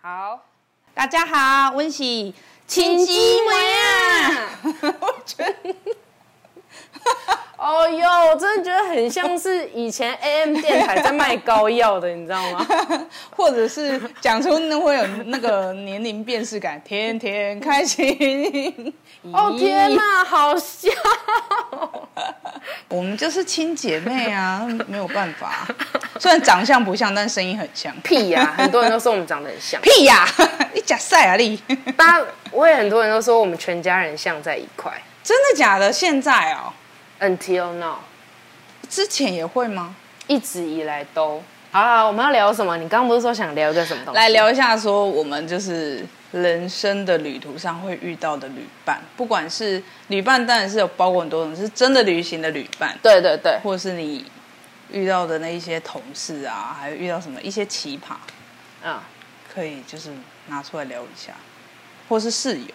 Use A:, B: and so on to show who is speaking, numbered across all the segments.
A: 好，
B: 大家好，温喜亲戚们啊！我觉得
A: 哦哟，我真的觉得很像是以前 AM 电台在卖膏药的，你知道吗？
B: 或者是讲出那会有那个年龄辨识感， 天天开心。
A: 哦天哪，好像
B: 我们就是亲姐妹啊， 没有办法。虽然长相不像，但声音很像。
A: 屁呀、很多人都说我们长得很 像，
B: 屁呀、 你假赛啊你！
A: 大家我也很多人都说我们全家人像在一块。
B: 真的假的？现在哦，
A: Until now，
B: 之前也会吗？
A: 一直以来都。好好，我们要聊什么？你刚刚不是说想聊一个什么东西？
B: 来聊一下，说我们就是人生的旅途上会遇到的旅伴，不管是旅伴，当然是有包括很多种，是真的旅行的旅伴，
A: 对对对，
B: 或是你遇到的那一些同事啊，还有遇到什么一些奇葩，
A: 嗯，
B: 可以就是拿出来聊一下，或是室友。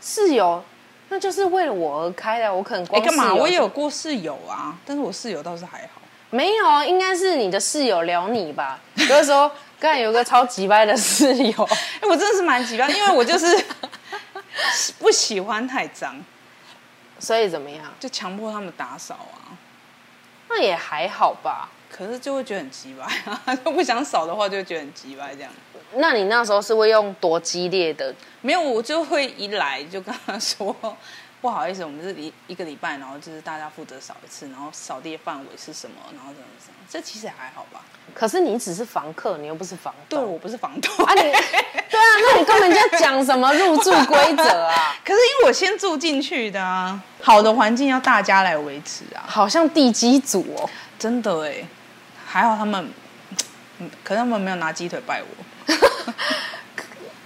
A: 室友，那就是为了我而开的，我可能
B: 哎、
A: 光
B: 干嘛？
A: 室友
B: 我也有过室友啊，但是我室友倒是还好。
A: 没有，应该是你的室友聊你吧。有的时候， 刚才有个超级掰的室友，
B: 哎、我真的是蛮奇葩，因为我就是 不喜欢太脏，
A: 所以怎么样？
B: 就强迫他们打扫啊。
A: 那也还好吧。
B: 可是就会觉得很鸡巴，就 不想扫的话就会觉得很鸡巴这样。
A: 那你那时候是会用多激烈的？
B: 没有，我就会一来就跟他说，不好意思，我们是一一个礼拜，然后就是大家负责扫一次，然后扫地的范围是什么，然后怎么怎么，这其实还好吧。
A: 可是你只是房客，你又不是房
B: 对
A: 东。
B: 我不是房 东，
A: 啊你，对啊，那你跟人家讲什么入住规则 啊？
B: 可是因为我先住进去的啊，好的环境要大家来维持啊，
A: 好像地基组哦。
B: 真的哎，还好他们，嗯可是他们没有拿鸡腿拜我。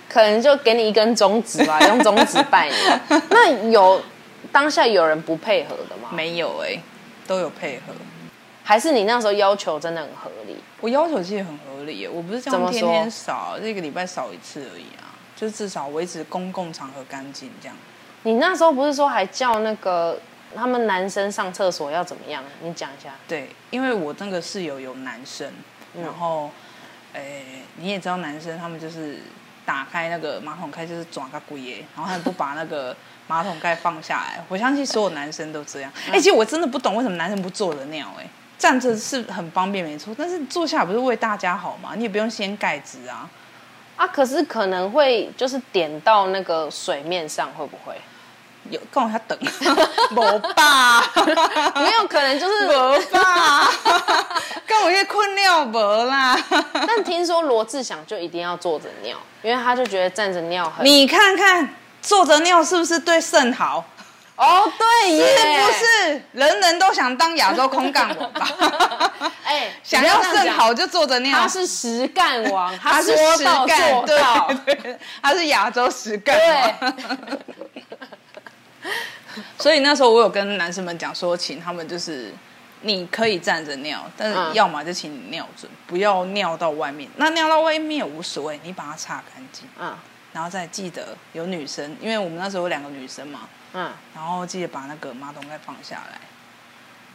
A: 可能就给你一根中指 吧，用中指拜你。啊那有当下有人不配合的吗？
B: 没有哎，都有配合。
A: 还是你那时候要求真的很合理？
B: 我要求其实很合理耶，我不是这
A: 怎
B: 样
A: 么
B: 天
A: 说
B: 天扫，这个礼拜扫一次而已啊，就至少维持公共场合干净这样。
A: 你那时候不是说还叫那个他们男生上厕所要怎么样？你讲一下。
B: 对，因为我那个室友有男生，然后，诶、你也知道男生他们就是打开那个马桶盖就是抓个鬼耶，然后他们不把那个马桶盖放下来。我相信所有男生都这样。哎、其实我真的不懂为什么男生不坐着尿哎。站着是很方便，没错，但是坐下来不是为大家好吗？你也不用掀盖子啊。
A: 啊，可是可能会就是点到那个水面上，会不会？
B: 有，跟我下等，没吧？
A: 没有，可能就是。
B: 无吧，跟我去困了无啦。
A: 但听说罗志祥就一定要坐着尿，因为他就觉得站着尿很……
B: 你看看坐着尿是不是对肾好？
A: 哦，对
B: 是
A: 耶，
B: 不？是人人都想当亚洲空干王吧？
A: 哎、
B: 想要
A: 你不这样
B: 肾
A: 讲，
B: 好就坐着尿。
A: 他是实干 王，他
B: 是
A: 说
B: 实
A: 到
B: 干，
A: 做到。
B: 对对，他是亚洲实干王。 所以那时候我有跟男生们讲说，请他们就是你可以站着尿，但
A: 嗯
B: 是要么就请你尿准，不要尿到外面。那尿到外面也无所谓，你把它擦干净，
A: 嗯
B: 然后再记得有女生，因为我们那时候有两个女生嘛，
A: 嗯，
B: 然后记得把那个马桶盖放下来。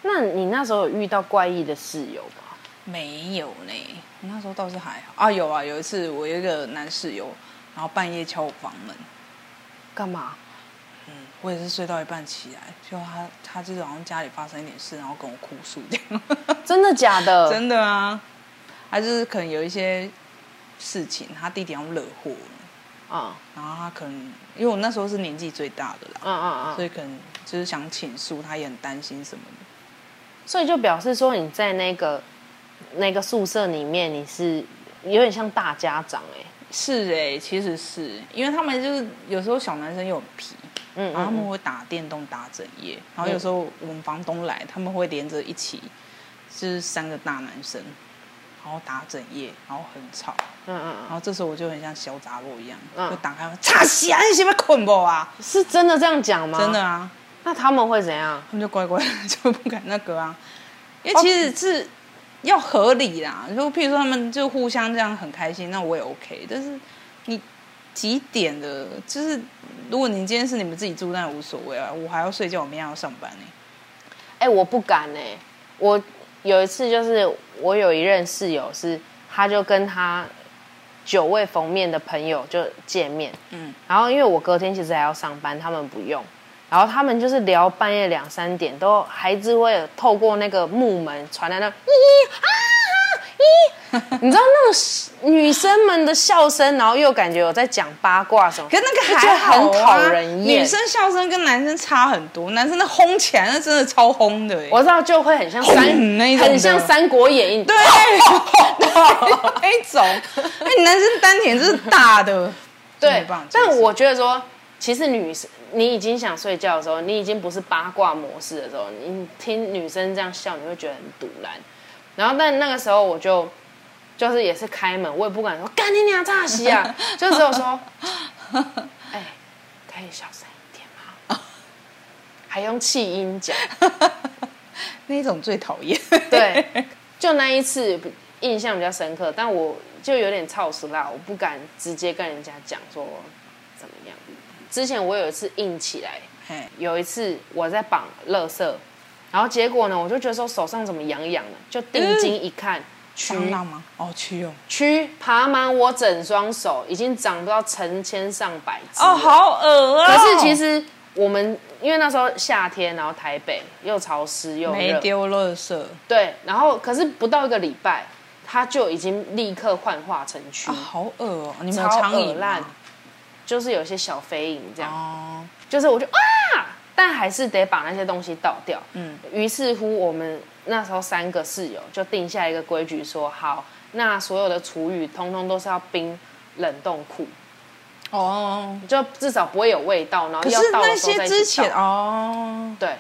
A: 那你那时候有遇到怪异的室友吗？
B: 没有呢，我那时候倒是还好啊。有啊，有一次我有一个男室友，然后半夜敲我房门，
A: 干嘛？
B: 我也是睡到一半起来，就他他就是好像家里发生一点事，然后跟我哭诉这样。
A: 真的假的？
B: 真的啊，他就是可能有一些事情，他弟弟好像惹祸了，
A: 嗯
B: 然后他可能因为我那时候是年纪最大的啦，
A: 嗯嗯
B: 所
A: 嗯，
B: 以可能就是想倾诉，他也很担心什么的。
A: 所以就表示说你在那个那个宿舍里面，你是有点像大家长哎、
B: 是哎、其实是因为他们就是有时候小男生又很皮，
A: 嗯
B: 然后他
A: 嗯
B: 们
A: 嗯，
B: 会打电动打整夜，然后有时候我们房东来，他们会连着一起，就是三个大男生，然后打整夜，然后很吵，
A: 嗯嗯
B: 然后这时候我就很像小杂货一样，
A: 嗯
B: 就打开 门，擦洗啊，你是不是困不啊？
A: 嗯，是真的这样讲吗？
B: 真的。啊，
A: 那他们会怎样？
B: 他们就乖乖 就不敢那个啊，因为其实是要合理啦，就譬如说他们就互相这样很开心，那我也 OK，但是你几点的，就是如果你今天是你们自己住，那也无所谓啊，我还要睡觉，我明天还要上班呢、
A: 哎、我不敢哎、我有一次就是我有一任室友是，他就跟他久未逢面的朋友就见面，
B: 嗯，
A: 然后因为我隔天其实还要上班，他们不用，然后他们就是聊半夜两三点，都还是会透过那个木门传来那种咦啊 啊咦，你知道那种女生们的笑声，然后又感觉有在讲八卦什么，
B: 可是那
A: 就
B: 个
A: 觉得
B: 还好、
A: 很
B: 啊、
A: 讨人厌，
B: 女生笑声跟男生差很多，男生的轰起来那真的超轰的、欸。
A: 我知道就会很像三
B: 嗯那一种的
A: 很像《三国演义》
B: 对，那一种，哎，男生丹田就是大的， 真
A: 对
B: 没办法，接受
A: 但我觉得说，其实女生你已经想睡觉的时候，你已经不是八卦模式的时候，你听女生这样笑，你会觉得很堵然。然后，但那个时候我就就是也是开门，我也不敢说干你娘炸西 啊，就只有说，哎、可以小声一点 吗？还用气音讲，
B: 那一种最讨厌。
A: 对，就那一次印象比较深刻，但我 就有点操死啦，我不敢直接跟人家讲说怎么样。之前我有一次硬起来，
B: 嘿，
A: 有一次我在绑垃圾，然后结果呢，我就觉得说手上怎么痒痒的，就定睛一看，
B: 蟑
A: 蛆
B: 螂吗？哦，蛆哦，
A: 蛆爬满我整双手，已经长到成千上百只了。
B: 哦，好恶啊！
A: 可是其实我们因为那时候夏天，然后台北又潮湿又
B: 没
A: 热，
B: 丢垃圾，
A: 对，然后可是不到一个礼拜，它就已经立刻幻化成蛆，
B: 啊，好恶哦！你们有
A: 超
B: 苍
A: 恶
B: 蝇
A: 烂
B: 吗？，
A: 就是有一些小飞影这样，
B: 哦，
A: 就是我就啊，但还是得把那些东西倒掉。
B: 嗯，
A: 于是乎，我们那时候三个室友就定下一个规矩说，好，那所有的厨余通通都是要冰冷冻库，
B: 哦，
A: 就至少不会有味道，然后
B: 可是
A: 要倒
B: 那
A: 的时候
B: 些
A: 再
B: 之
A: 去
B: 前
A: 倒。
B: 哦，
A: 对，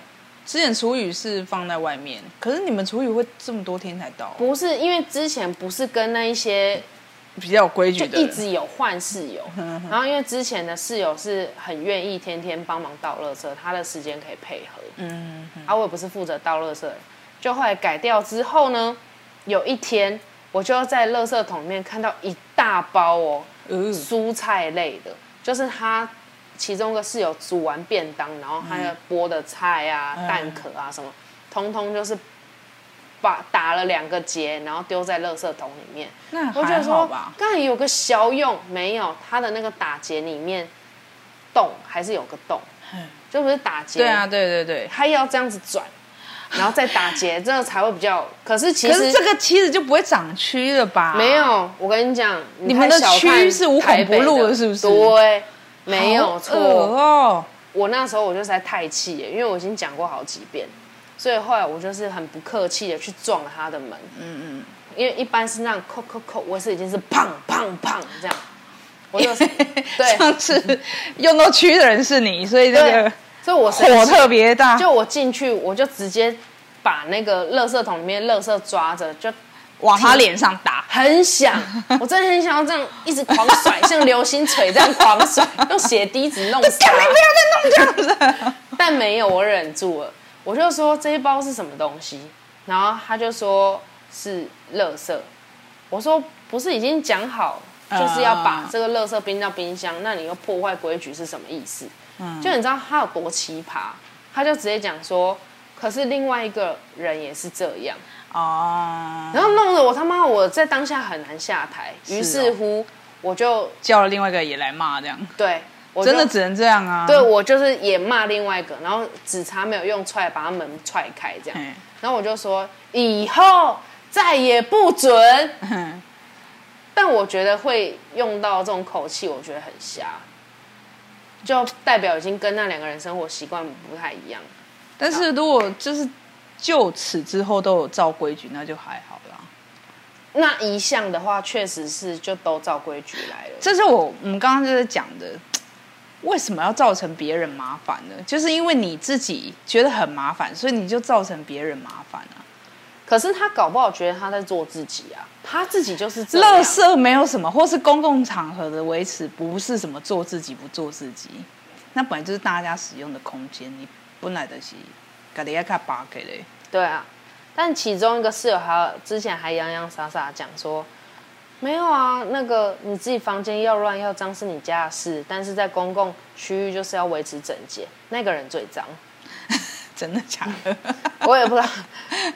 B: 之前厨余是放在外面，可是你们厨余会这么多天才到，
A: 不是因为之前不是跟那一些
B: 比较有规
A: 就
B: 矩的
A: 一
B: 人。嗯
A: 直有换室友，然后因为之前的室友是很愿意天天帮忙倒垃圾，他的时间可以配合，
B: 嗯，嗯
A: 啊，我也不是负责倒垃圾的人，就后来改掉之后呢，有一天我就在垃圾桶里面看到一大包哦
B: 嗯呃
A: 蔬菜类的，就是他其中一个室友煮完便当，然后他的剥的菜啊、
B: 嗯
A: 蛋壳啊什么，通通就是把打了两个结，然后丢在垃圾桶里面。
B: 那
A: 我觉
B: 还
A: 得
B: 好
A: 说
B: 吧，？
A: 刚才有个小用没有，它的那个打结里面洞还是有个洞，就不是打结，
B: 对啊，，对对对，
A: 它要这样子转，然后再打 结，这个才会比较。可是其
B: 可
A: 实
B: 是这个梯子就不会长蛆了吧？
A: 没，有，我跟你讲，
B: 你们的
A: 太小看
B: 区是无孔不
A: 台
B: 入
A: 北
B: 的
A: 的，
B: 是不是
A: 对，没有错。
B: 哦。
A: 我那时候我就实在太气了，因为我已经讲过好几遍，所以后来我就是很不客气的去撞了他的门。嗯嗯。因为一般是那样扣扣扣，我是已经是砰砰砰这样，我就是对
B: 上次用到蛆的人是你，所以这
A: 对
B: 个，
A: 所以我生气
B: 火特别大。
A: 就我进去我就直接把那个垃圾桶里面垃圾抓着，就
B: 往他脸上打，
A: 很 想，我真的很想要这样一直狂甩，像流星锤这样狂甩，用血滴子弄死
B: 干
A: 他
B: 你。不要再弄这样子。
A: 但没有，我忍住了。我就说这一包是什么东西，然后他就说是垃圾。我说不是已经讲好，就是要把这个垃圾冰到冰箱，那你又破坏规矩是什么意思？
B: 嗯
A: 就你知道他有多奇葩，他就直接讲说，可是另外一个人也是这样，
B: 哦，
A: 然后弄得我他妈我在当下很难下台。于
B: 哦
A: 是乎，我就
B: 叫了另外一个也来骂，这样
A: 对我就
B: 真的只能这样啊。
A: 对，我就是也骂另外一个，然后只差没有用踹把他门踹开这样。
B: 嗯
A: 然后我就说以后再也不准。
B: 哼
A: 但我觉得会用到这种口气，我觉得很瞎，就代表已经跟那两个人生活习惯不太一样。
B: 但是如果就是就此之后都有照规矩，那就还好啦。
A: 那一项的话，确实是就都照规矩来了。
B: 这是我我们刚刚就在讲的，为什么要造成别人麻烦呢？就是因为你自己觉得很麻烦，所以你就造成别人麻烦啊。
A: 可是他搞不好觉得他在做自己啊，他自己就是这样。啊
B: 垃圾没有什么，或是公共场合的维持，不是什么做自己不做自己，那本来就是大家使用的空间，你本来就是，家己要看扒给嘞。
A: 对啊，但其中一个室友还有之前还洋洋洒洒地讲说，没有啊，那个你自己房间要乱要脏是你家的事，但是在公共区域就是要维持整洁，那个人最脏。
B: 真的假的？
A: 我也不知道，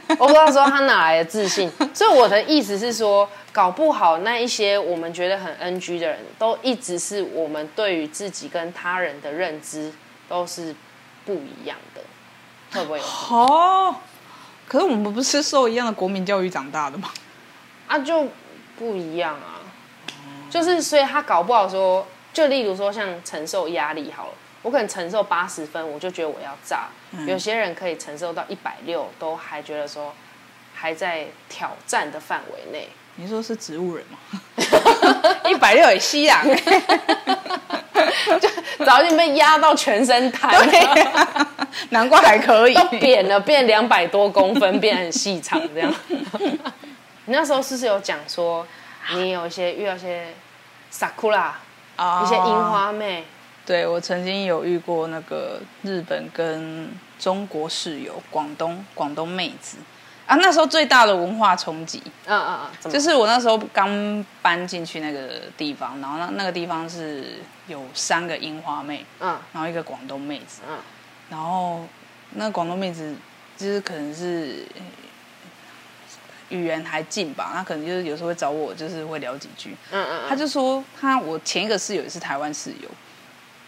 A: 我不知道说他哪来的自信。所以我的意思是说，搞不好那一些我们觉得很 NG 的人，都一直是我们对于自己跟他人的认知都是不一样的，会不会有
B: 哦，可是我们不是受一样的国民教育长大的吗？
A: 啊？就不一样啊，就是所以他搞不好说，就例如说像承受压力好了，我可能承受八十分，我就觉得我要炸；有些人可以承受到一百六，都还觉得说还在挑战的范围内。
B: 你说是植物人吗？
A: 一百六也吸氧，就早已经被压到全身瘫
B: 啊
A: 了，
B: 难怪还可以。
A: 都扁了，变两百多公分，变很细长这样。你那时候是不是有讲说，你有一些遇到一些 sakura
B: 啊
A: 一些樱。花妹，
B: 对我曾经有遇过那个日本跟中国室友，广东广东妹子啊，那时候最大的文化冲击。
A: 嗯嗯嗯，怎么
B: 就是我那时候刚搬进去那个地方，然后那那个地方是有三个樱花妹，
A: 嗯
B: 然后一个广东妹子，
A: 嗯
B: 然后那广东妹子就是可能是呃语言还近吧，那可能就是有时候会找我，就是会聊几句。
A: 嗯嗯
B: 她就说她我前一个室友也是台湾室友，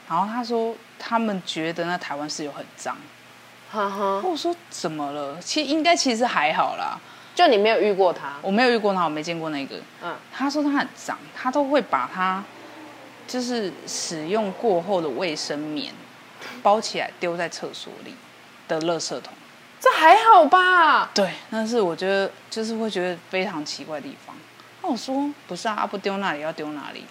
B: 然后她说他们觉得那台湾室友很脏，
A: 嗯，哼哼，
B: 我说怎么了？其实应该其实还好啦，
A: 就你没有遇过她，
B: 我没有遇过她，我没见过那个。
A: 嗯
B: 他说他很脏，他都会把它就是使用过后的卫生棉包起来丢在厕所里的垃圾桶。
A: 这还好吧？
B: 对，那是我觉得就是会觉得非常奇怪的地方。那我说不是啊，啊不丢那里要丢哪里？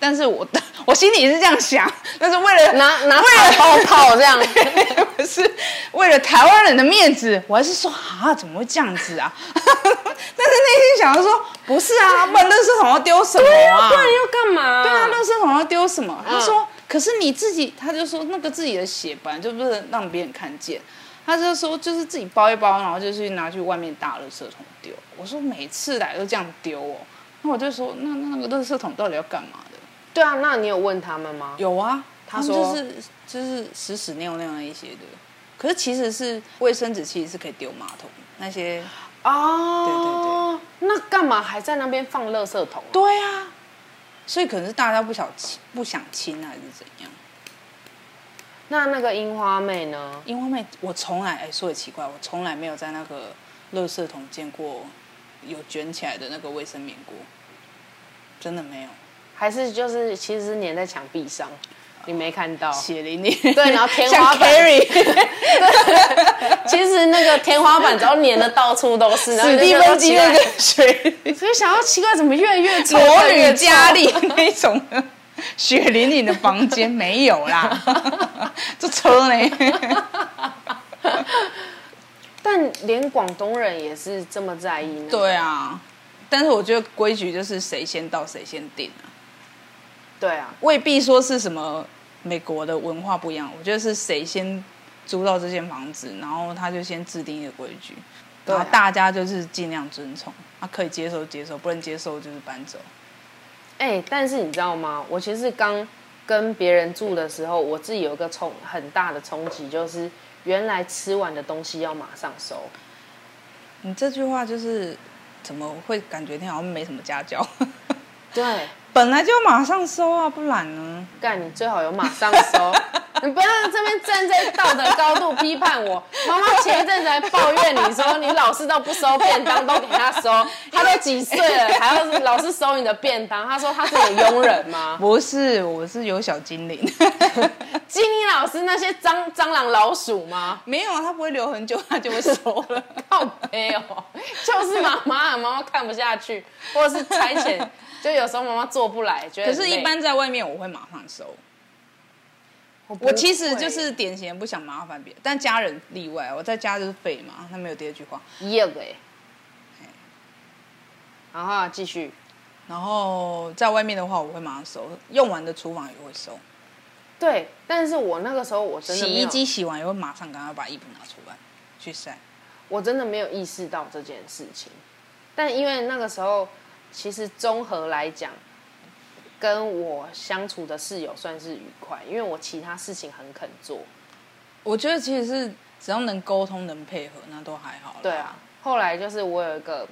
B: 但是我 我心里也是这样想，但是为 了
A: 拿拿茶包泡这 样，
B: 不是为了台湾人的面子，我还是说啊，怎么会这样子啊？ 但是内心想着说不是啊，不然垃圾桶要丢什么啊？嗯
A: 不然要干嘛？
B: 对啊，垃圾桶要丢什么？他说，可是你自己，他就说那个自己的血本来就不能让别人看见，他就说就是自己包一包，然后就去拿去外面大垃圾桶丢。我说每次来都这样丢哦，那我就说那那那个垃圾桶到底要干嘛的？
A: 对啊，那你有问他们吗？
B: 有啊，
A: 他
B: 他们
A: 说
B: 就是就是屎屎尿尿那一些的，可是其实是卫生纸其实是可以丢马桶那些。
A: 哦，对对对，那干嘛还在那边放垃圾桶啊、
B: 对啊，所以可能是大家不想清不想清啊还是怎样。
A: 那那个樱花妹呢？
B: 因为妹，我从来哎、说也奇怪，我从来没有在那个垃圾桶见过有卷起来的那个卫生棉过，真的没有。
A: 还是就是其实是粘在墙壁上，你没看 到？
B: 血淋淋，
A: 对然后天花板
B: 像 Carrie
A: 其实那个天花板只要粘的到处都是，然后
B: 史
A: 你就
B: 蒂
A: 觉得奇怪
B: 芬金那个水淋
A: 所以想要奇怪，怎么越来越丑
B: 裸
A: 越来
B: 女
A: 越丑
B: 佳丽 那种的血淋淋的房间没有 啦，这车呢？
A: 但连广东人也是这么在意呢？
B: 对啊，但是我觉得规矩就是谁先到谁先定啊。
A: 对啊，
B: 未必说是什么美国的文化不一样，我觉得是谁先租到这间房子，然后他就先制定一个规矩，
A: 对啊
B: 然后大家就是尽量遵从，啊，可以接受接受，不能接受就是搬走。
A: 哎、但是你知道吗？我其实刚跟别人住的时候，我自己有一个冲很大的冲击，就是原来吃完的东西要马上收。
B: 你这句话就是怎么会感觉你好像没什么家教？
A: 对，
B: 本来就马上收啊，不然呢？
A: 干你最好有马上收，你不要在这边站在道德高度批判我。妈妈前一阵子还抱怨你说你老是都不收便当，都给他收，他都几岁了还要老是收你的便当，他说他是你佣人 吗？
B: 不是，我是有小精灵，
A: 经理老师那些蟑蟑螂老鼠吗？
B: 没有啊，他不会留很久，他就会收 了。
A: 靠背哦，就是妈妈，妈妈看不下 去，或者是差遣，就有时候妈妈做不来，觉得
B: 可
A: 很
B: 是，
A: 累
B: 一般在外面我会马上收。
A: 我
B: 我其实就是典型不想麻烦别人，但家人例外。我在家就是废嘛，那没有第二句话。
A: 耶哎，然后啊继续，
B: 然后在外面的话，我会马上收，用完的厨房也会收，
A: 对，但是我那个时候我真的
B: 洗
A: 没
B: 衣
A: 有，
B: 机洗完也会马上赶快把衣服拿出来去晒。
A: 我真的没有意识到这件事情，但因为那个时候其实综合来讲。跟我相处的室友算是愉快，因为我其他事情很肯做。
B: 我觉得其实是只要能沟通、能配合，那都还好啦
A: 啊对啊，，后来就是我有一个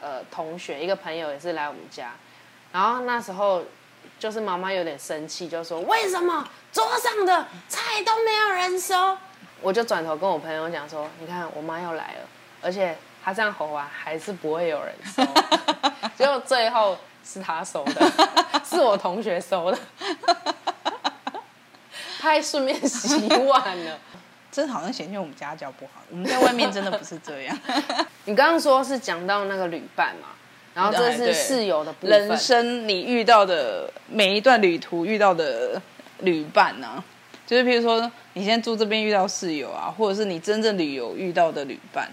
A: 呃同学，一个朋友也是来我们家，然后那时候就是妈妈有点生气，就说为什么桌上的菜都没有人收？我就转头跟我朋友讲说，你看我妈要来了，而且她这样吼啊，还是不会有人收。结果最后是她收的，是我同学收的， 她还顺便洗碗了。
B: 真的好像显现我们家教不好，我们在外面真的不是这样。
A: 你刚刚说是讲到那个旅伴嘛，然后这
B: 哎
A: 是
B: 对
A: 室友的部分。
B: 人生你遇到的每一段旅途遇到的旅伴呢、就是譬如说你现在住这边遇到室友啊，或者是你真正旅游遇到的旅伴，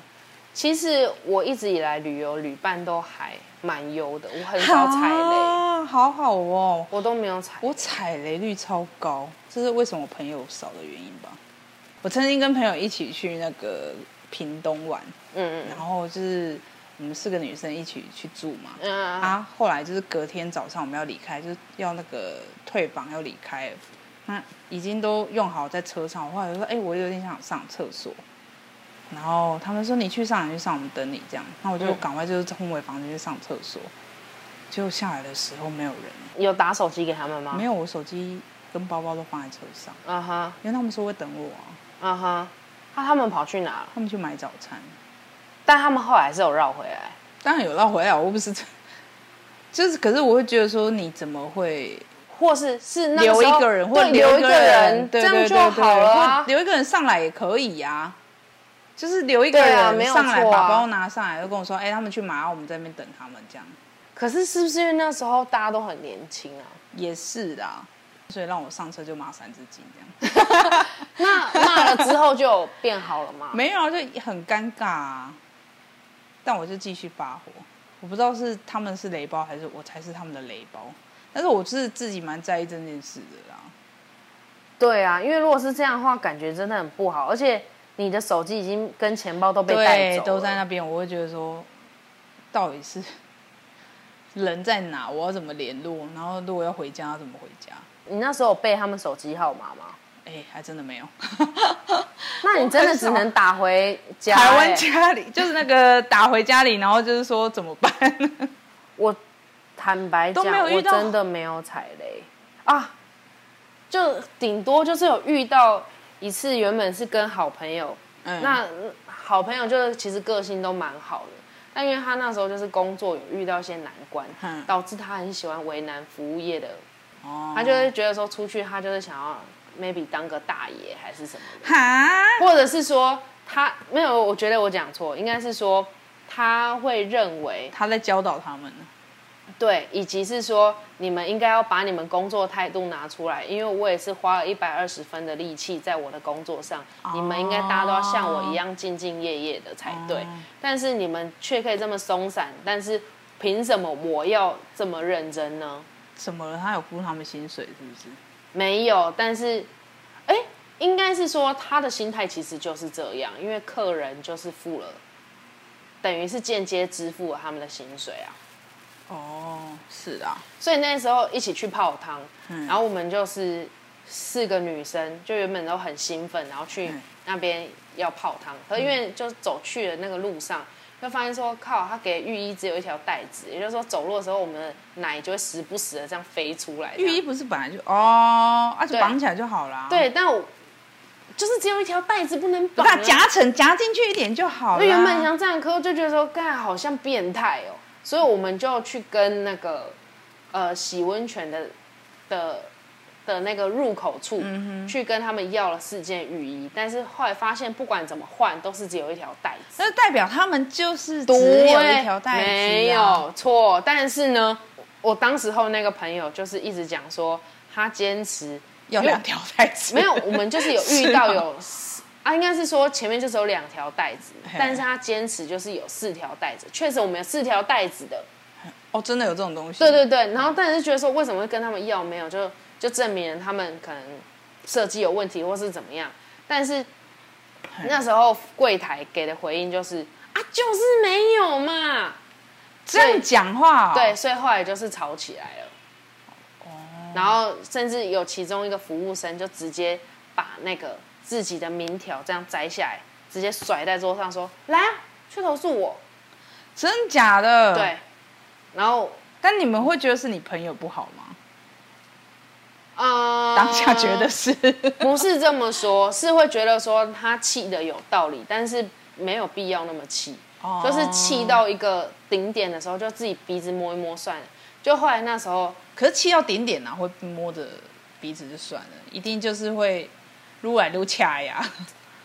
A: 其实我一直以来旅游旅伴都还蛮优的，我很少踩雷，
B: 啊好好哦。
A: 我都没有踩。
B: 我踩雷率超高，这是为什么我朋友少的原因吧。我曾经跟朋友一起去那个屏东玩，
A: 嗯嗯
B: 然后就是我们四个女生一起去住嘛，
A: 嗯啊
B: 啊，后来就是隔天早上我们要离开，就是要那个退房要离开了，那已经都用好在车上。我后来就说，哎、我有点想上厕所，然后他们说你去上，你去上，我们等你这样。那我就
A: 嗯
B: 赶快就是冲回房间去上厕所，结果下来的时候没有人，
A: 有打手机给他们吗？
B: 没
A: 有。
B: 有，我手机跟包包都放在车上，
A: 啊哈
B: 因为他们说会等我啊，
A: 啊哈，那他们跑去哪了？
B: 他们去买早餐。
A: 但他们后来是有绕回来。
B: 当然有绕回来，我又不是这，就是可是我会觉得说你怎么会
A: 或是是那时候
B: 留一个人或
A: 对
B: 留
A: 留
B: 一
A: 一
B: 个
A: 个
B: 人，
A: 人，
B: 对
A: 这样
B: 对
A: 就
B: 对对
A: 好了
B: 或
A: 啊。
B: 留一个人上来也可以呀、就是留一个
A: 对啊
B: 人
A: 没有
B: 上来，
A: 错啊
B: 把包拿上来，就跟我说：“哎、他们去买，然后我们在那边等他们。”这样
A: 可是是不是因为那时候大家都很年轻啊？
B: 也是啦，所以让我上车就骂三字经这样。
A: 那骂了之后就有变好了吗？
B: 没有啊，就很尴尬啊。但我就继续发火，我不知道是他们是雷包还是我才是他们的雷包，但是我是自己蛮在意这件事的啦。
A: 对啊，因为如果是这样的话，感觉真的很不好，而且你的手机已经跟钱包都被带
B: 对，
A: 走了，
B: 都在那边，我会觉得说，到底是人在哪？我要怎么联络？然后如果要回家，要怎么回家？
A: 你那时候有背他们手机号码吗？
B: 哎，还真的没有。
A: 那你 真的只能打回家、
B: 台湾
A: 欸
B: 家里就是那个打回家里，然后就是说怎么办？
A: 我坦白讲
B: 都没，有遇
A: 我
B: 到
A: 真的没有踩雷啊，就顶多就是有遇到一次，原本是跟好朋友，
B: 嗯
A: 那好朋友就是其实个性都蛮好的。但因为他那时候就是工作有遇到一些难关，
B: 嗯
A: 导致他很喜欢为难服务业的
B: 哦，
A: 他就会觉得说出去，他就是想要 maybe 当个大爷还是什么的，
B: 哈，
A: 或者是说他没有，我觉得我讲错，应该是说他会认为
B: 他在教导他们呢。
A: 对，以及是说你们应该要把你们工作态度拿出来，因为我也是花了一百二十分的力气在我的工作上，你们应该大家都要像我一样兢兢业业的才对，但是你们却可以这么松散，但是凭什么我要这么认真呢？
B: 怎么了？他有付他们薪水是不是？
A: 没有，但是，哎，应该是说他的心态其实就是这样，因为客人就是付了，等于是间接支付了他们的薪水啊。
B: 哦，是啊，
A: 所以那时候一起去泡汤，
B: 嗯
A: 然后我们就是四个女生，就原本都很兴奋，然后去
B: 嗯
A: 那边要泡汤，可是因为就走去的那个路上。就发现说，靠，他给浴衣只有一条带子，也就是说走路的时候，我们的奶就会时不时的这样飞出来。这样
B: 浴衣不是本来就哦，啊就
A: 对
B: 绑起来就好啦。，
A: 对，但我就是只有一条带子不能
B: 把
A: 绑、啊
B: 它，夹层夹进去一点就好
A: 我
B: 了。
A: 原本想这样，可我就觉得说，干好像变态哦，所以我们就去跟那个呃洗温泉的的的那个入口处、
B: 嗯
A: 去跟他们要了四件浴衣，但是后来发现不管怎么换，都是只有一条带子，
B: 那代表他们就是只
A: 对
B: 有一条带子、啊，
A: 欸没有错。但是呢，我当时候那个朋友就是一直讲说，他坚持
B: 要两条带子，
A: 没有，我们就是有遇到
B: 是
A: 有四啊，应该是说前面就只有两条带子
B: 嘿，
A: 但是他坚持就是有四条带子，确实我们有四条带子的，
B: 哦，真的有这种东西，
A: 对对对，然后但是觉得说为什么会跟他们要没有，就就证明了他们可能设计有问题或是怎么样，但是那时候柜台给的回应就是啊，就是没有嘛，
B: 这样讲话、哦，
A: 对，，所以后来就是吵起来了。然后甚至有其中一个服务生就直接把那个自己的名条这样摘下来，直接甩在桌上说：“来啊，去投诉我。
B: 真假的？
A: 对。，然后
B: 但你们会觉得是你朋友不好吗？
A: 呃，
B: 当下觉 得是，
A: 不是这么说，是会觉得说他气的有道理，但是没有必要那么气，
B: 哦
A: 就是气到一个顶点的时候，就自己鼻子摸一摸算了。就后来那时候，
B: 可是气到顶点啊，会摸着鼻子就算了，一定就是会撸来撸掐呀。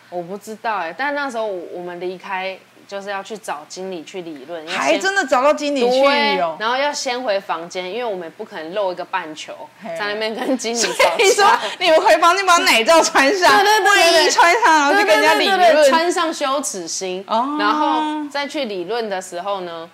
A: 我不知道哎、但那时候我们离开就是要去找经理去理论，要
B: 还
A: 先
B: 真的找到经理去
A: 对
B: 哦，
A: 然后要先回房间，因为我们不可能漏一个半球
B: 嘿
A: 在那边跟经理吵
B: 所以说
A: 架。
B: 你们回房间把奶罩穿上，
A: 对对对对对
B: 卫衣穿上，然后
A: 对
B: 去
A: 对
B: 跟人家
A: 对
B: 理
A: 对对，
B: 论。
A: 穿上羞耻心，
B: 哦
A: 然后再去理论的时候呢，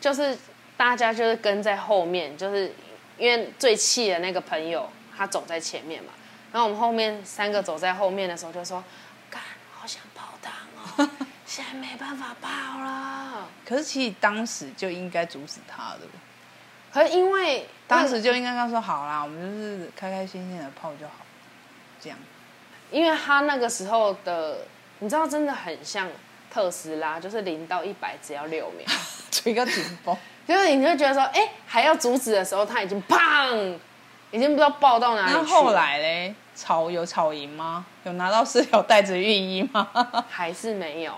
A: 就是大家就是跟在后面，就是因为最气的那个朋友他走在前面嘛，然后我们后面三个走在后面的时候就说，干，好想泡汤 哦，现在没办法泡了。
B: 可是其实当时就应该阻止他的，
A: 可是因为
B: 当时就应该跟他说好啦，我们就是开开心心的泡就好，这 样。
A: 因为他那个时候的，你知道，真的很像特斯拉，就是零到一百只要六秒，
B: 吹个紧绷，
A: 就是你就觉得说，哎、还要阻止的时候，他已经砰，已经不知道爆到哪里去
B: 那
A: 了。
B: 后来嘞，吵有吵赢吗？有拿到四条带子浴衣吗？
A: 还是没有，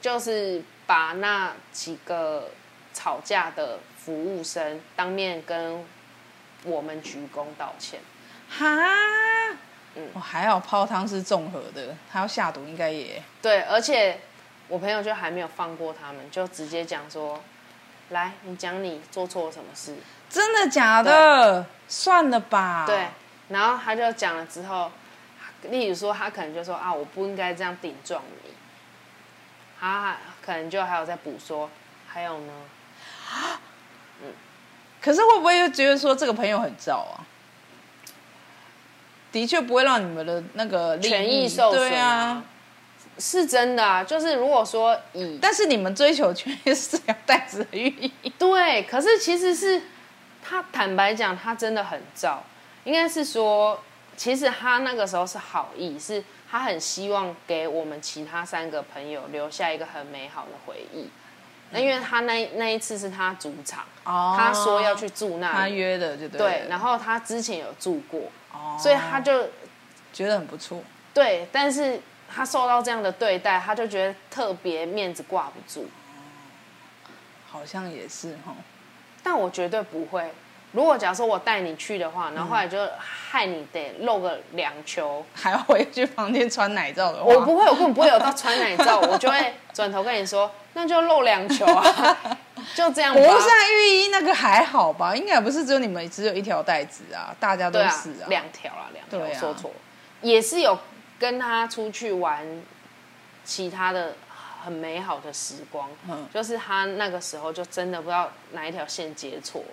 A: 就是把那几个吵架的服务生当面跟我们鞠躬道歉。
B: 哈，我还好泡汤是综合的，他要下毒应该也
A: 对，而且我朋友就还没有放过他们，就直接讲说，来，你讲你做错了什么事。
B: 真的假的？算了吧。
A: 对，然后他就讲了之后，例如说他可能就说啊，我不应该这样顶撞你，他可能就还有在补说，还有呢，
B: 可是会不会又觉得说这个朋友很燥啊？的确不会让你们的那个利
A: 权益受损
B: 对啊。
A: 是真的啊，就是如果说以
B: 但是你们追求权益 是要带子的寓意，
A: 对，可是其实是他坦白讲，他真的很燥，应该是说，其实他那个时候是好意，是他很希望给我们其他三个朋友留下一个很美好的回忆。那因为他那那一次是他主场，
B: 哦
A: 他说要去住那
B: 他
A: 里，
B: 约的就啊对了。
A: 对，然后他之前有住过，
B: 哦
A: 所以他就
B: 觉得很不错。
A: 对，但是他受到这样的对待，他就觉得特别面子挂不住。
B: 好像也是哈，
A: 但我绝对不会。如果假如说我带你去的话，然后后来就害你得露个两球，
B: 还要回去房间穿奶罩的话，
A: 我不会，我根本不会有到穿奶罩，我就会转头跟你说，那就露两球啊， 就这样吧。
B: 不是啊，浴衣那个还好吧？应该不是只有你们只有一条带子啊，大家都
A: 对啊
B: 是，啊。
A: 两条啦，两条，
B: 对啊
A: 我说错了，也是有跟他出去玩其他的很美好的时光，
B: 嗯
A: 就是他那个时候就真的不知道哪一条线接错了。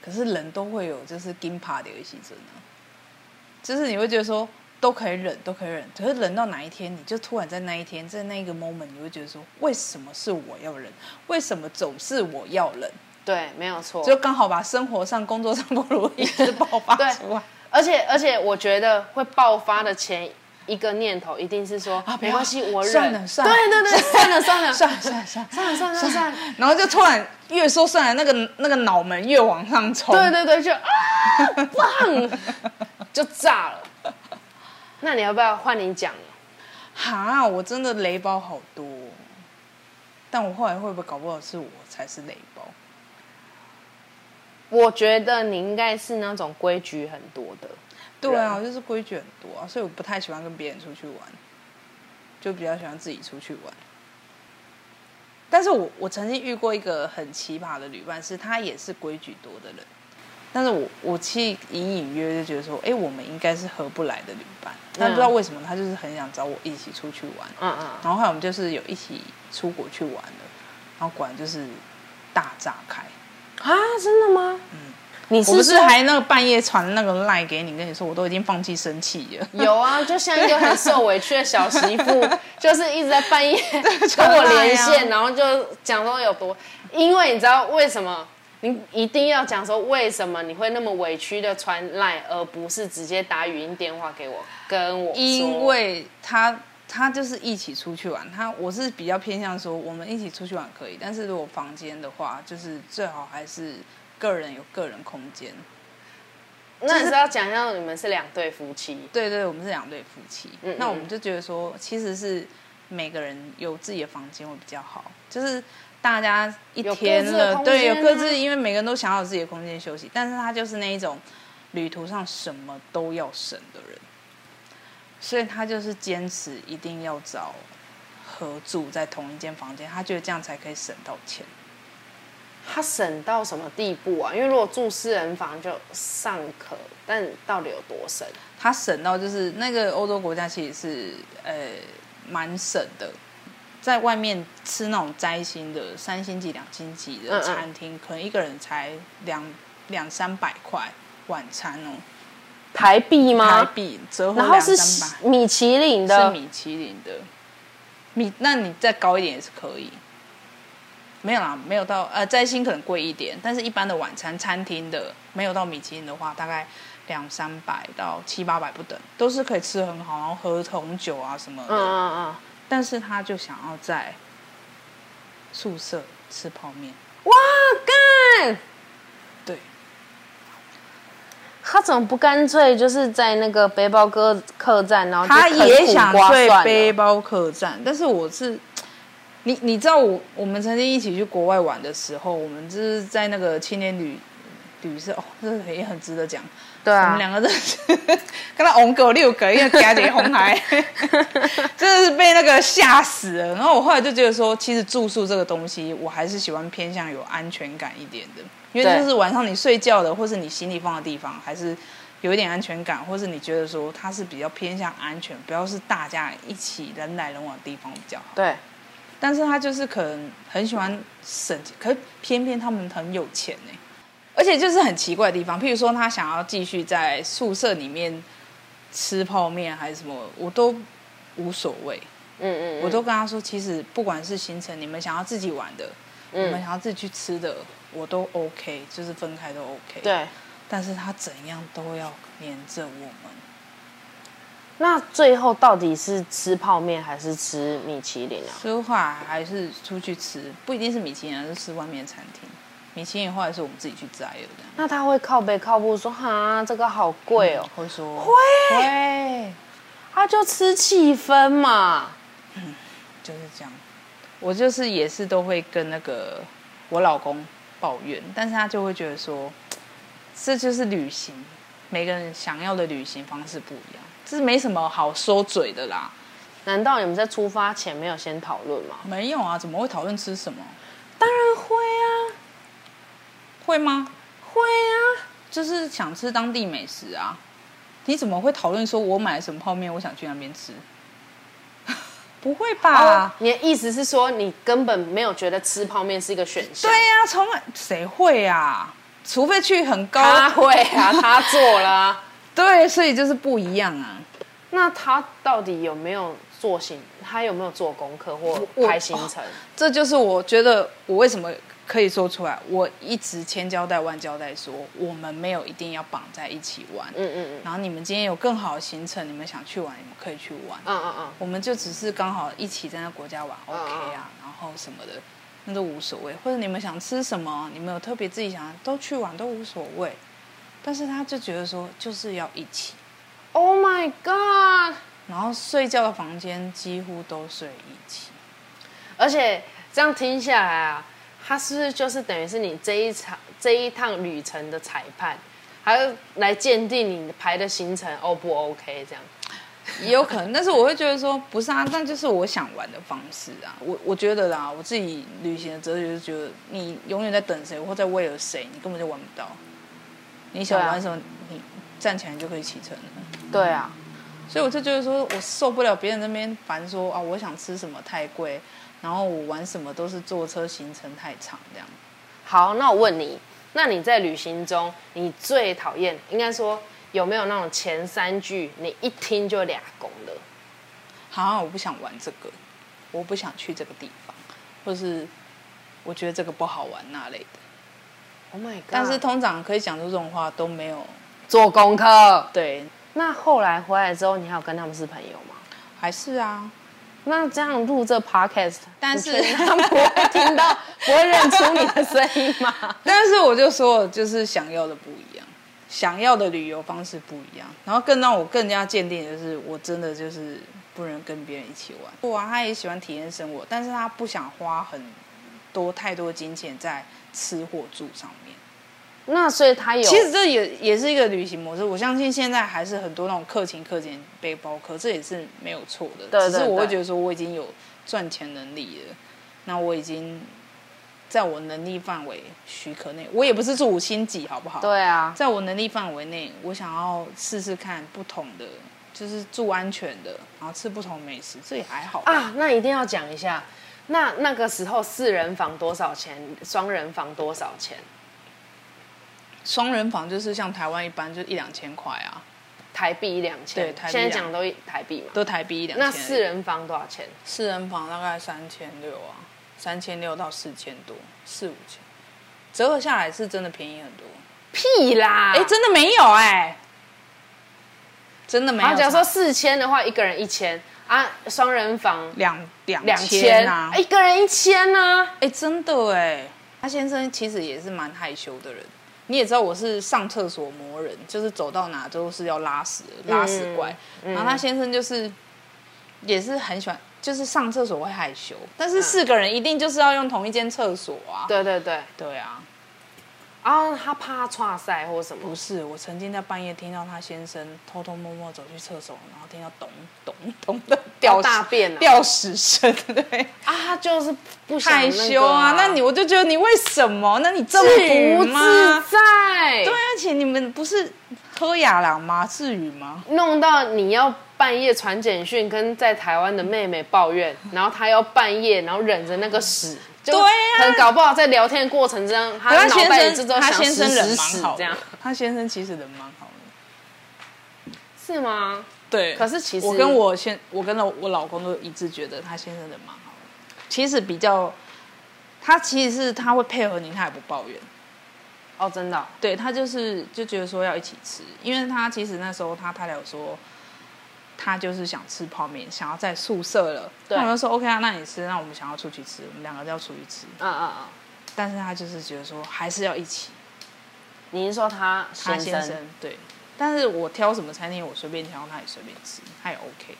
B: 可是人都会有就是金怕的游戏真啊，就是你会觉得说都可以忍，都可以忍，可是忍到哪一天，你就突然在那一天，在那一个 moment，你会觉得说，为什么是我要忍？为什么总是我要忍？
A: 对，没有错，
B: 就刚好把生活上、工作上不如 意就爆发
A: 对
B: 出来。
A: 而且而且，我觉得会爆发的前一个念头一定是说
B: 啊不
A: 没
B: 要
A: 关系，我忍。
B: 算了算了
A: 对对 对，算了算了
B: 算了算了算了，
A: 算了算了算了。
B: 然后就突然越说算了，那个那个脑门越往上冲。
A: 对对对，就啊，棒，就炸了。那你要不要换你讲了？
B: 哈，我真的雷包好多哦，但我后来会不会搞不好是我才是雷包？
A: 我觉得你应该是那种规矩很多的，
B: 对啊，我就是规矩很多啊，所以我不太喜欢跟别人出去玩，就比较喜欢自己出去玩。但是我我曾经遇过一个很奇葩的旅伴，是他也是规矩多的人，但是我我其实隐隐约约就觉得说，哎、我们应该是合不来的旅伴，
A: 啊
B: 但不知道为什么他就是很想找我一起出去玩，
A: 嗯嗯，
B: 然后后来我们就是有一起出国去玩了，然后果然就是大炸开。
A: 啊，真的吗？嗯，你
B: 我不
A: 是
B: 是
A: 说
B: 还那个半夜传那个赖给你，跟你说我都已经放弃生气了。
A: 有啊，就像一个很受委屈的小媳妇， 就是一直在半 夜跟我连线，然后就讲说有多，因为你知道为什么？你一定要讲说为什么你会那么委屈的传赖，而不是直接打语音电话给我跟我说
B: 因为他他就是一起出去玩，他我是比较偏向说我们一起出去玩可以，但是如果房间的话，就是最好还是个人有个人空间。
A: 那你是要讲一下你们是两对夫妻，
B: 对对，我们是两对夫妻，
A: 嗯
B: 那
A: 嗯
B: 我们就觉得说，其实是每个人有自己的房间会比较好，就是大家一
A: 有各
B: 天
A: 自的
B: 了，
A: 空
B: 对，有
A: 间
B: 各
A: 啊
B: 自，因为每个人都想要有自己的空间休息，但是他就是那一种旅途上什么都要省的人，所以他就是坚持一定要找合住在同一间房间，他觉得这样才可以省到钱。
A: 他省到什么地步啊？因为如果住私人房就尚可，但到底有多省？
B: 他省到就是那个欧洲国家其实是呃蛮省的，在外面吃那种摘星的三星级、两星级
A: 嗯
B: 的
A: 嗯
B: 餐厅，可能一个人才两两三百块晚餐哦，
A: 台币
B: 台
A: 吗？
B: 币折合
A: 然后
B: 两
A: 是
B: 三百，
A: 米其林
B: 是
A: 的，
B: 米其林的，米那你再高一点也是可以。没有啦，没有到呃，摘星可能贵一点，但是一般的晚餐餐厅的没有到米其林的话，大概两三百到七八百不等，都是可以吃很好，然后喝红酒啊什么的。
A: 嗯嗯嗯，
B: 但是他就想要在宿舍吃泡面，
A: 哇干！
B: 对，
A: 他怎么不干脆就是在那个背包客客栈，然后就
B: 他也
A: 啃苦
B: 想
A: 瓜
B: 睡
A: 算了
B: 背包客栈，但是我是，你你知道我我们曾经一起去国外玩的时候，我们就是在那个青年旅旅社，哦，这个也很值得讲。
A: 对
B: 我
A: 啊
B: 们，两个真的是跟他红狗六个，因为加点 红海，真的是被那个吓死了。然后我后来就觉得说，其实住宿这个东西，我还是喜欢偏向有安全感一点的，因为
A: 对
B: 就是晚上你睡觉的，或是你行李放的地方，还是有一点安全感，或是你觉得说它是比较偏向安全，不要是大家一起人来人往的地方比较好。
A: 对，
B: 但是他就是可能很喜欢省钱，可是偏偏他们很有钱呢、而且就是很奇怪的地方，譬如说他想要继续在宿舍里面吃泡面还是什么，我都无所谓，
A: 嗯嗯，
B: 我都跟他说，其实不管是行程，你们想要自己玩的，
A: 嗯
B: 你们想要自己去吃的，我都 OK，就是分开都 OK。，
A: 对。
B: 但是他怎样都要黏着我们。
A: 那最后到底是吃泡面还是吃米其林啊？
B: 说话还是出去吃，不一定是米其林，而是吃外面的餐厅。米其林后来是我们自己去摘的，这样。
A: 那他会靠背靠步说：“哈，这个好贵哦。
B: 会说会会，
A: 他就吃气氛嘛。
B: 就是这样。我就是也是都会跟那个我老公抱怨，但是他就会觉得说，这就是旅行，每个人想要的旅行方式不一样，这是没什么好说嘴的啦。
A: 难道你们在出发前没有先讨论吗？
B: 没有啊，怎么会讨论吃什么？
A: 当然会啊，
B: 会吗？
A: 会啊。
B: 就是想吃当地美食啊。你怎么会讨论说我买了什么泡面，我想去那边吃？ 不会吧？
A: 哦你的意思是说，你根本没有觉得吃泡面是一个选项？
B: 对呀、从来谁会啊？除非去很高，
A: 他会啊，他做了啊。
B: 对，所以就是不一样啊。
A: 那他到底有没有做行？他有没有做功课或
B: 我
A: 排行程？
B: 这就是我觉得我为什么可以说出来，我一直千交代万交代说，我们没有一定要绑在一起玩。
A: 嗯嗯嗯
B: 然后你们今天有更好的行程，你们想去玩，你们可以去玩。
A: 嗯嗯嗯，
B: 我们就只是刚好一起在那国家玩，OK 啊，然后什么的，那都无所谓。或者你们想吃什么，你们有特别自己想都去玩都无所谓。但是他就觉得说就是要一起，
A: Oh my god！
B: 然后睡觉的房间几乎都睡一起。
A: 而且这样听下来啊，他是不是就是等于是你这一场这一趟旅程的裁判，还要来鉴定你排的行程 O 不 OK 这样？
B: 也有可能，但是我会觉得说，不是啊，那就是我想玩的方式啊。我我觉得啦，我自己旅行的哲学就是觉得，你永远在等谁或在为了谁，你根本就玩不到。你想
A: 对啊
B: 玩什么，你站起来你就可以启程了。
A: 对啊，
B: 所以我就觉得说，我受不了别人那边烦说啊，我想吃什么太贵，然后我玩什么都是坐车行程太长这样。
A: 好，那我问你，那你在旅行中，你最讨厌，应该说有没有那种前三句你一听就俩拱的？
B: 好、啊，我不想玩这个，我不想去这个地方，或是我觉得这个不好玩那类的。
A: Oh my god！
B: 但是通常可以讲出这种话都没有
A: 做功课。
B: 对，
A: 那后来回来之后，你还有跟他们是朋友吗？
B: 还是啊，
A: 那这样录这 podcast，
B: 但
A: 你
B: 是
A: 确定他不会听到，不会认出你的声音吗？
B: 但是我就说，就是想要的不一样，想要的旅游方式不一样。然后更让我更加坚定的是，我真的就是不能跟别人一起玩。不玩，他也喜欢体验生活，但是他不想花很多太多金钱在吃或住上面。
A: 那所以他有，
B: 其实这也也是一个旅行模式，我相信现在还是很多那种客情客情背包客，这也是没有错的。
A: 对对
B: 只是我会
A: 对
B: 觉得说我已经有赚钱能力了，那我已经在我能力范围许可内，我也不是住五星级，好不好？，
A: 对啊，
B: 在我能力范围内，我想要试试看不同的，就是住安全的，然后吃不同美食，这也还好吧。
A: 啊，那一定要讲一下。那那个时候四人房多少钱？双人房多少钱？
B: 双人房就是像台湾一般，就一两千块啊，
A: 台币一两千，
B: 对台币
A: 现在
B: 两
A: 讲都一台币嘛。
B: 都台币一两千而
A: 那
B: 已。
A: 四人房多少钱？
B: 四人房大概三千六啊，三千六到四千多，四五千，折合下来是真的便宜很多。
A: 啊屁啦！
B: 哎、真的没有哎、真的没
A: 然啊
B: 有。
A: 后假如说四千的话，一个人一千啊，双人房
B: 两两
A: 两
B: 千啊，哎、
A: 一个人一千啊呢。
B: 真的哎、他先生其实也是蛮害羞的人。你也知道我是上厕所魔人，就是走到哪都是要拉屎的拉
A: 嗯
B: 屎怪。然后他先生就是也是很喜欢，就是上厕所会害羞，但是四个人一定就是要用同一间厕所啊。
A: 嗯对对对，
B: 对啊，
A: 然后啊他怕岔赛或什么
B: 不，是，我曾经在半夜听到他先生偷偷摸摸走去厕所，然后听到咚咚咚的掉
A: 大
B: 屎
A: 便啊
B: 掉屎声，对，
A: 啊，他就是不想那
B: 害
A: 个
B: 羞啊。那你我就觉得你为什么？那你这
A: 自
B: 么
A: 不
B: 补吗
A: 自？在？
B: 对，啊而且你们不是喝雅郎吗？至于吗？
A: 弄到你要半夜传简讯跟在台湾的妹妹抱怨，然后她要半夜，然后忍着那个屎，就
B: 对啊
A: 可能搞不好在聊天的过程中，她
B: 他
A: 脑袋里
B: 先
A: 就
B: 生，
A: 都
B: 他
A: 想
B: 先生
A: 屎
B: 人
A: 屎
B: 蛮
A: 屎
B: 好
A: 这
B: 的
A: 样，，
B: 他先生其实人蛮好的。
A: 是吗？
B: 对，
A: 可是其实
B: 我跟我先，我跟了我老公都一致觉得他先生人蛮好的，其实比较，他其实是他会配合你，他也不抱怨，
A: 哦，真的哦、
B: 对他就是就觉得说要一起吃，因为他其实那时候他太太有说，他就是想吃泡面，想要在宿舍了，
A: 对
B: 那我就说 OK 啊，那你吃，那我们想要出去吃，我们两个就要出去吃，
A: 嗯嗯嗯，
B: 但是他就是觉得说还是要一起，
A: 你是说她
B: 他
A: 先
B: 先
A: 生？
B: 生对，但是我挑什么餐厅我随便挑，他也随便吃，他也 OK。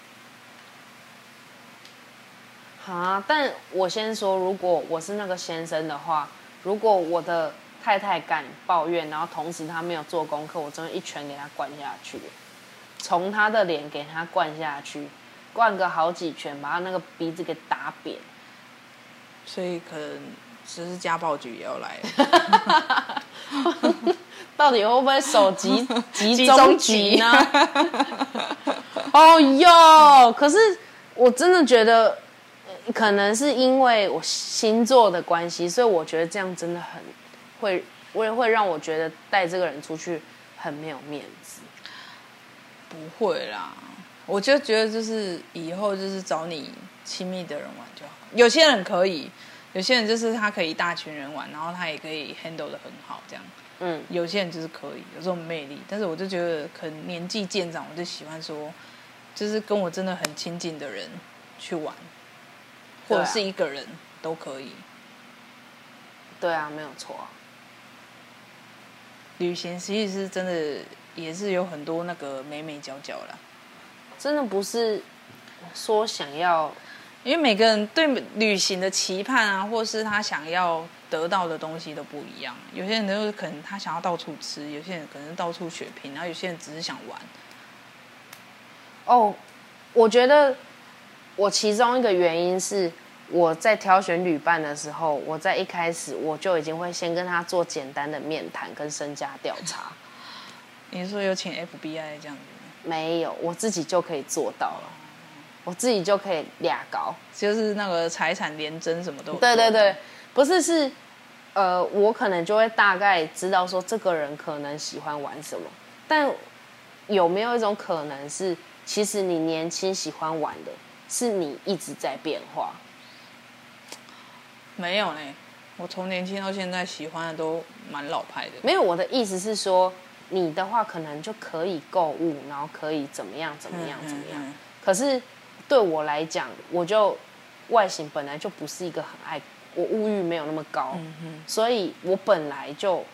A: 啊，但我先说，如果我是那个先生的话，如果我的太太敢抱怨，然后同时她没有做功课，我真的一拳给她灌下去，从她的脸给她灌下去，灌个好几拳，把她那个鼻子给打扁。
B: 所以可能只是家暴局也要来，
A: 到底会不会手集集中集呢？哦哟，可是我真的觉得，呃可能是因为我星座的关系，所以我觉得这样真的很会，会会让我觉得带这个人出去很没有面子。
B: 不会啦。我就觉得就是以后就是找你亲密的人玩就好。有些人可以，有些人就是他可以一大群人玩，然后他也可以 handle 的很好这样。
A: 嗯，
B: 有些人就是可以有这种魅力，但是我就觉得可能年纪渐长，我就喜欢说，就是跟我真的很亲近的人去玩，或
A: 对啊
B: 者是一个人都可以。
A: 对啊，没有错啊、
B: 旅行其实是真的也是有很多那个美美角角啦。
A: 真的不是说想要
B: 因为每个人对旅行的期盼啊，或是他想要得到的东西都不一样。有些人就是可能他想要到处吃，有些人可能到处血拼，然后有些人只是想玩。
A: 哦，我觉得我其中一个原因是我在挑选旅伴的时候，我在一开始我就已经会先跟他做简单的面谈跟身家调查，
B: 你是说有请 FBI 这样子，
A: 没有，我自己就可以做到了，我自己就可以俩高。
B: 就是那个财产连征什么都有
A: 对对对，，不是是，呃，我可能就会大概知道说这个人可能喜欢玩什么，但有没有一种可能是，其实你年轻喜欢玩的，是你一直在变化。
B: 没有呢。我从年轻到现在喜欢的都蛮老派的。
A: 没有，我的意思是说，你的话可能就可以购物，然后可以怎么样怎么样怎么样。
B: 嗯嗯嗯
A: 可是对我来讲，我就外形本来就不是一个很爱，我物欲没有那么高，
B: 嗯
A: 所以我本来就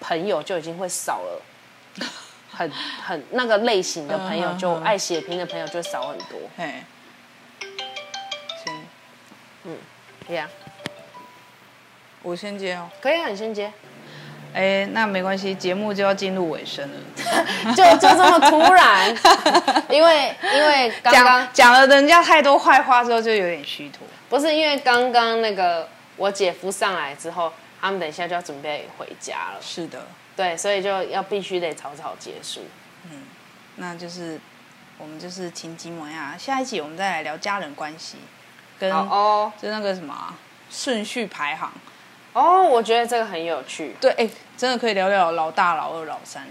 A: 朋友就已经会少了。
B: 嗯
A: 很很那个类型的朋友，
B: 嗯嗯
A: 就
B: 嗯
A: 爱血拼的朋友就少很多。
B: 嘿，先
A: 对呀，
B: 我先接哦。
A: 可以啊，你先接。
B: 哎，那没关系，节目就要进入尾声了。
A: 就就这么突 然，因为因为刚刚
B: 讲讲了人家太多坏话之后，就有点虚脱。
A: 不是因为刚刚那个我姐夫上来之后，他们等一下就要准备回家了，
B: 是的，
A: 对，所以就要必须得草草结束。
B: 那就是我们就是情景模样。下一集我们再来聊家人关系，跟
A: 好哦
B: 就那个什么啊顺序排行。
A: 哦，我觉得这个很有趣，
B: 对，哎，真的可以聊聊老大、老二、老三。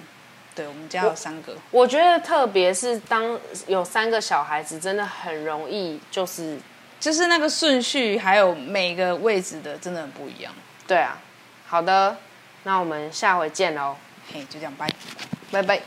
B: 对我们家有三个，
A: 我觉得特别是当有三个小孩子，真的很容易就是
B: 就是那个顺序还有每个位置的真的很不一样。
A: 对啊。好的，那我们下回见喽，
B: 嘿，就这样，拜。
A: 拜拜。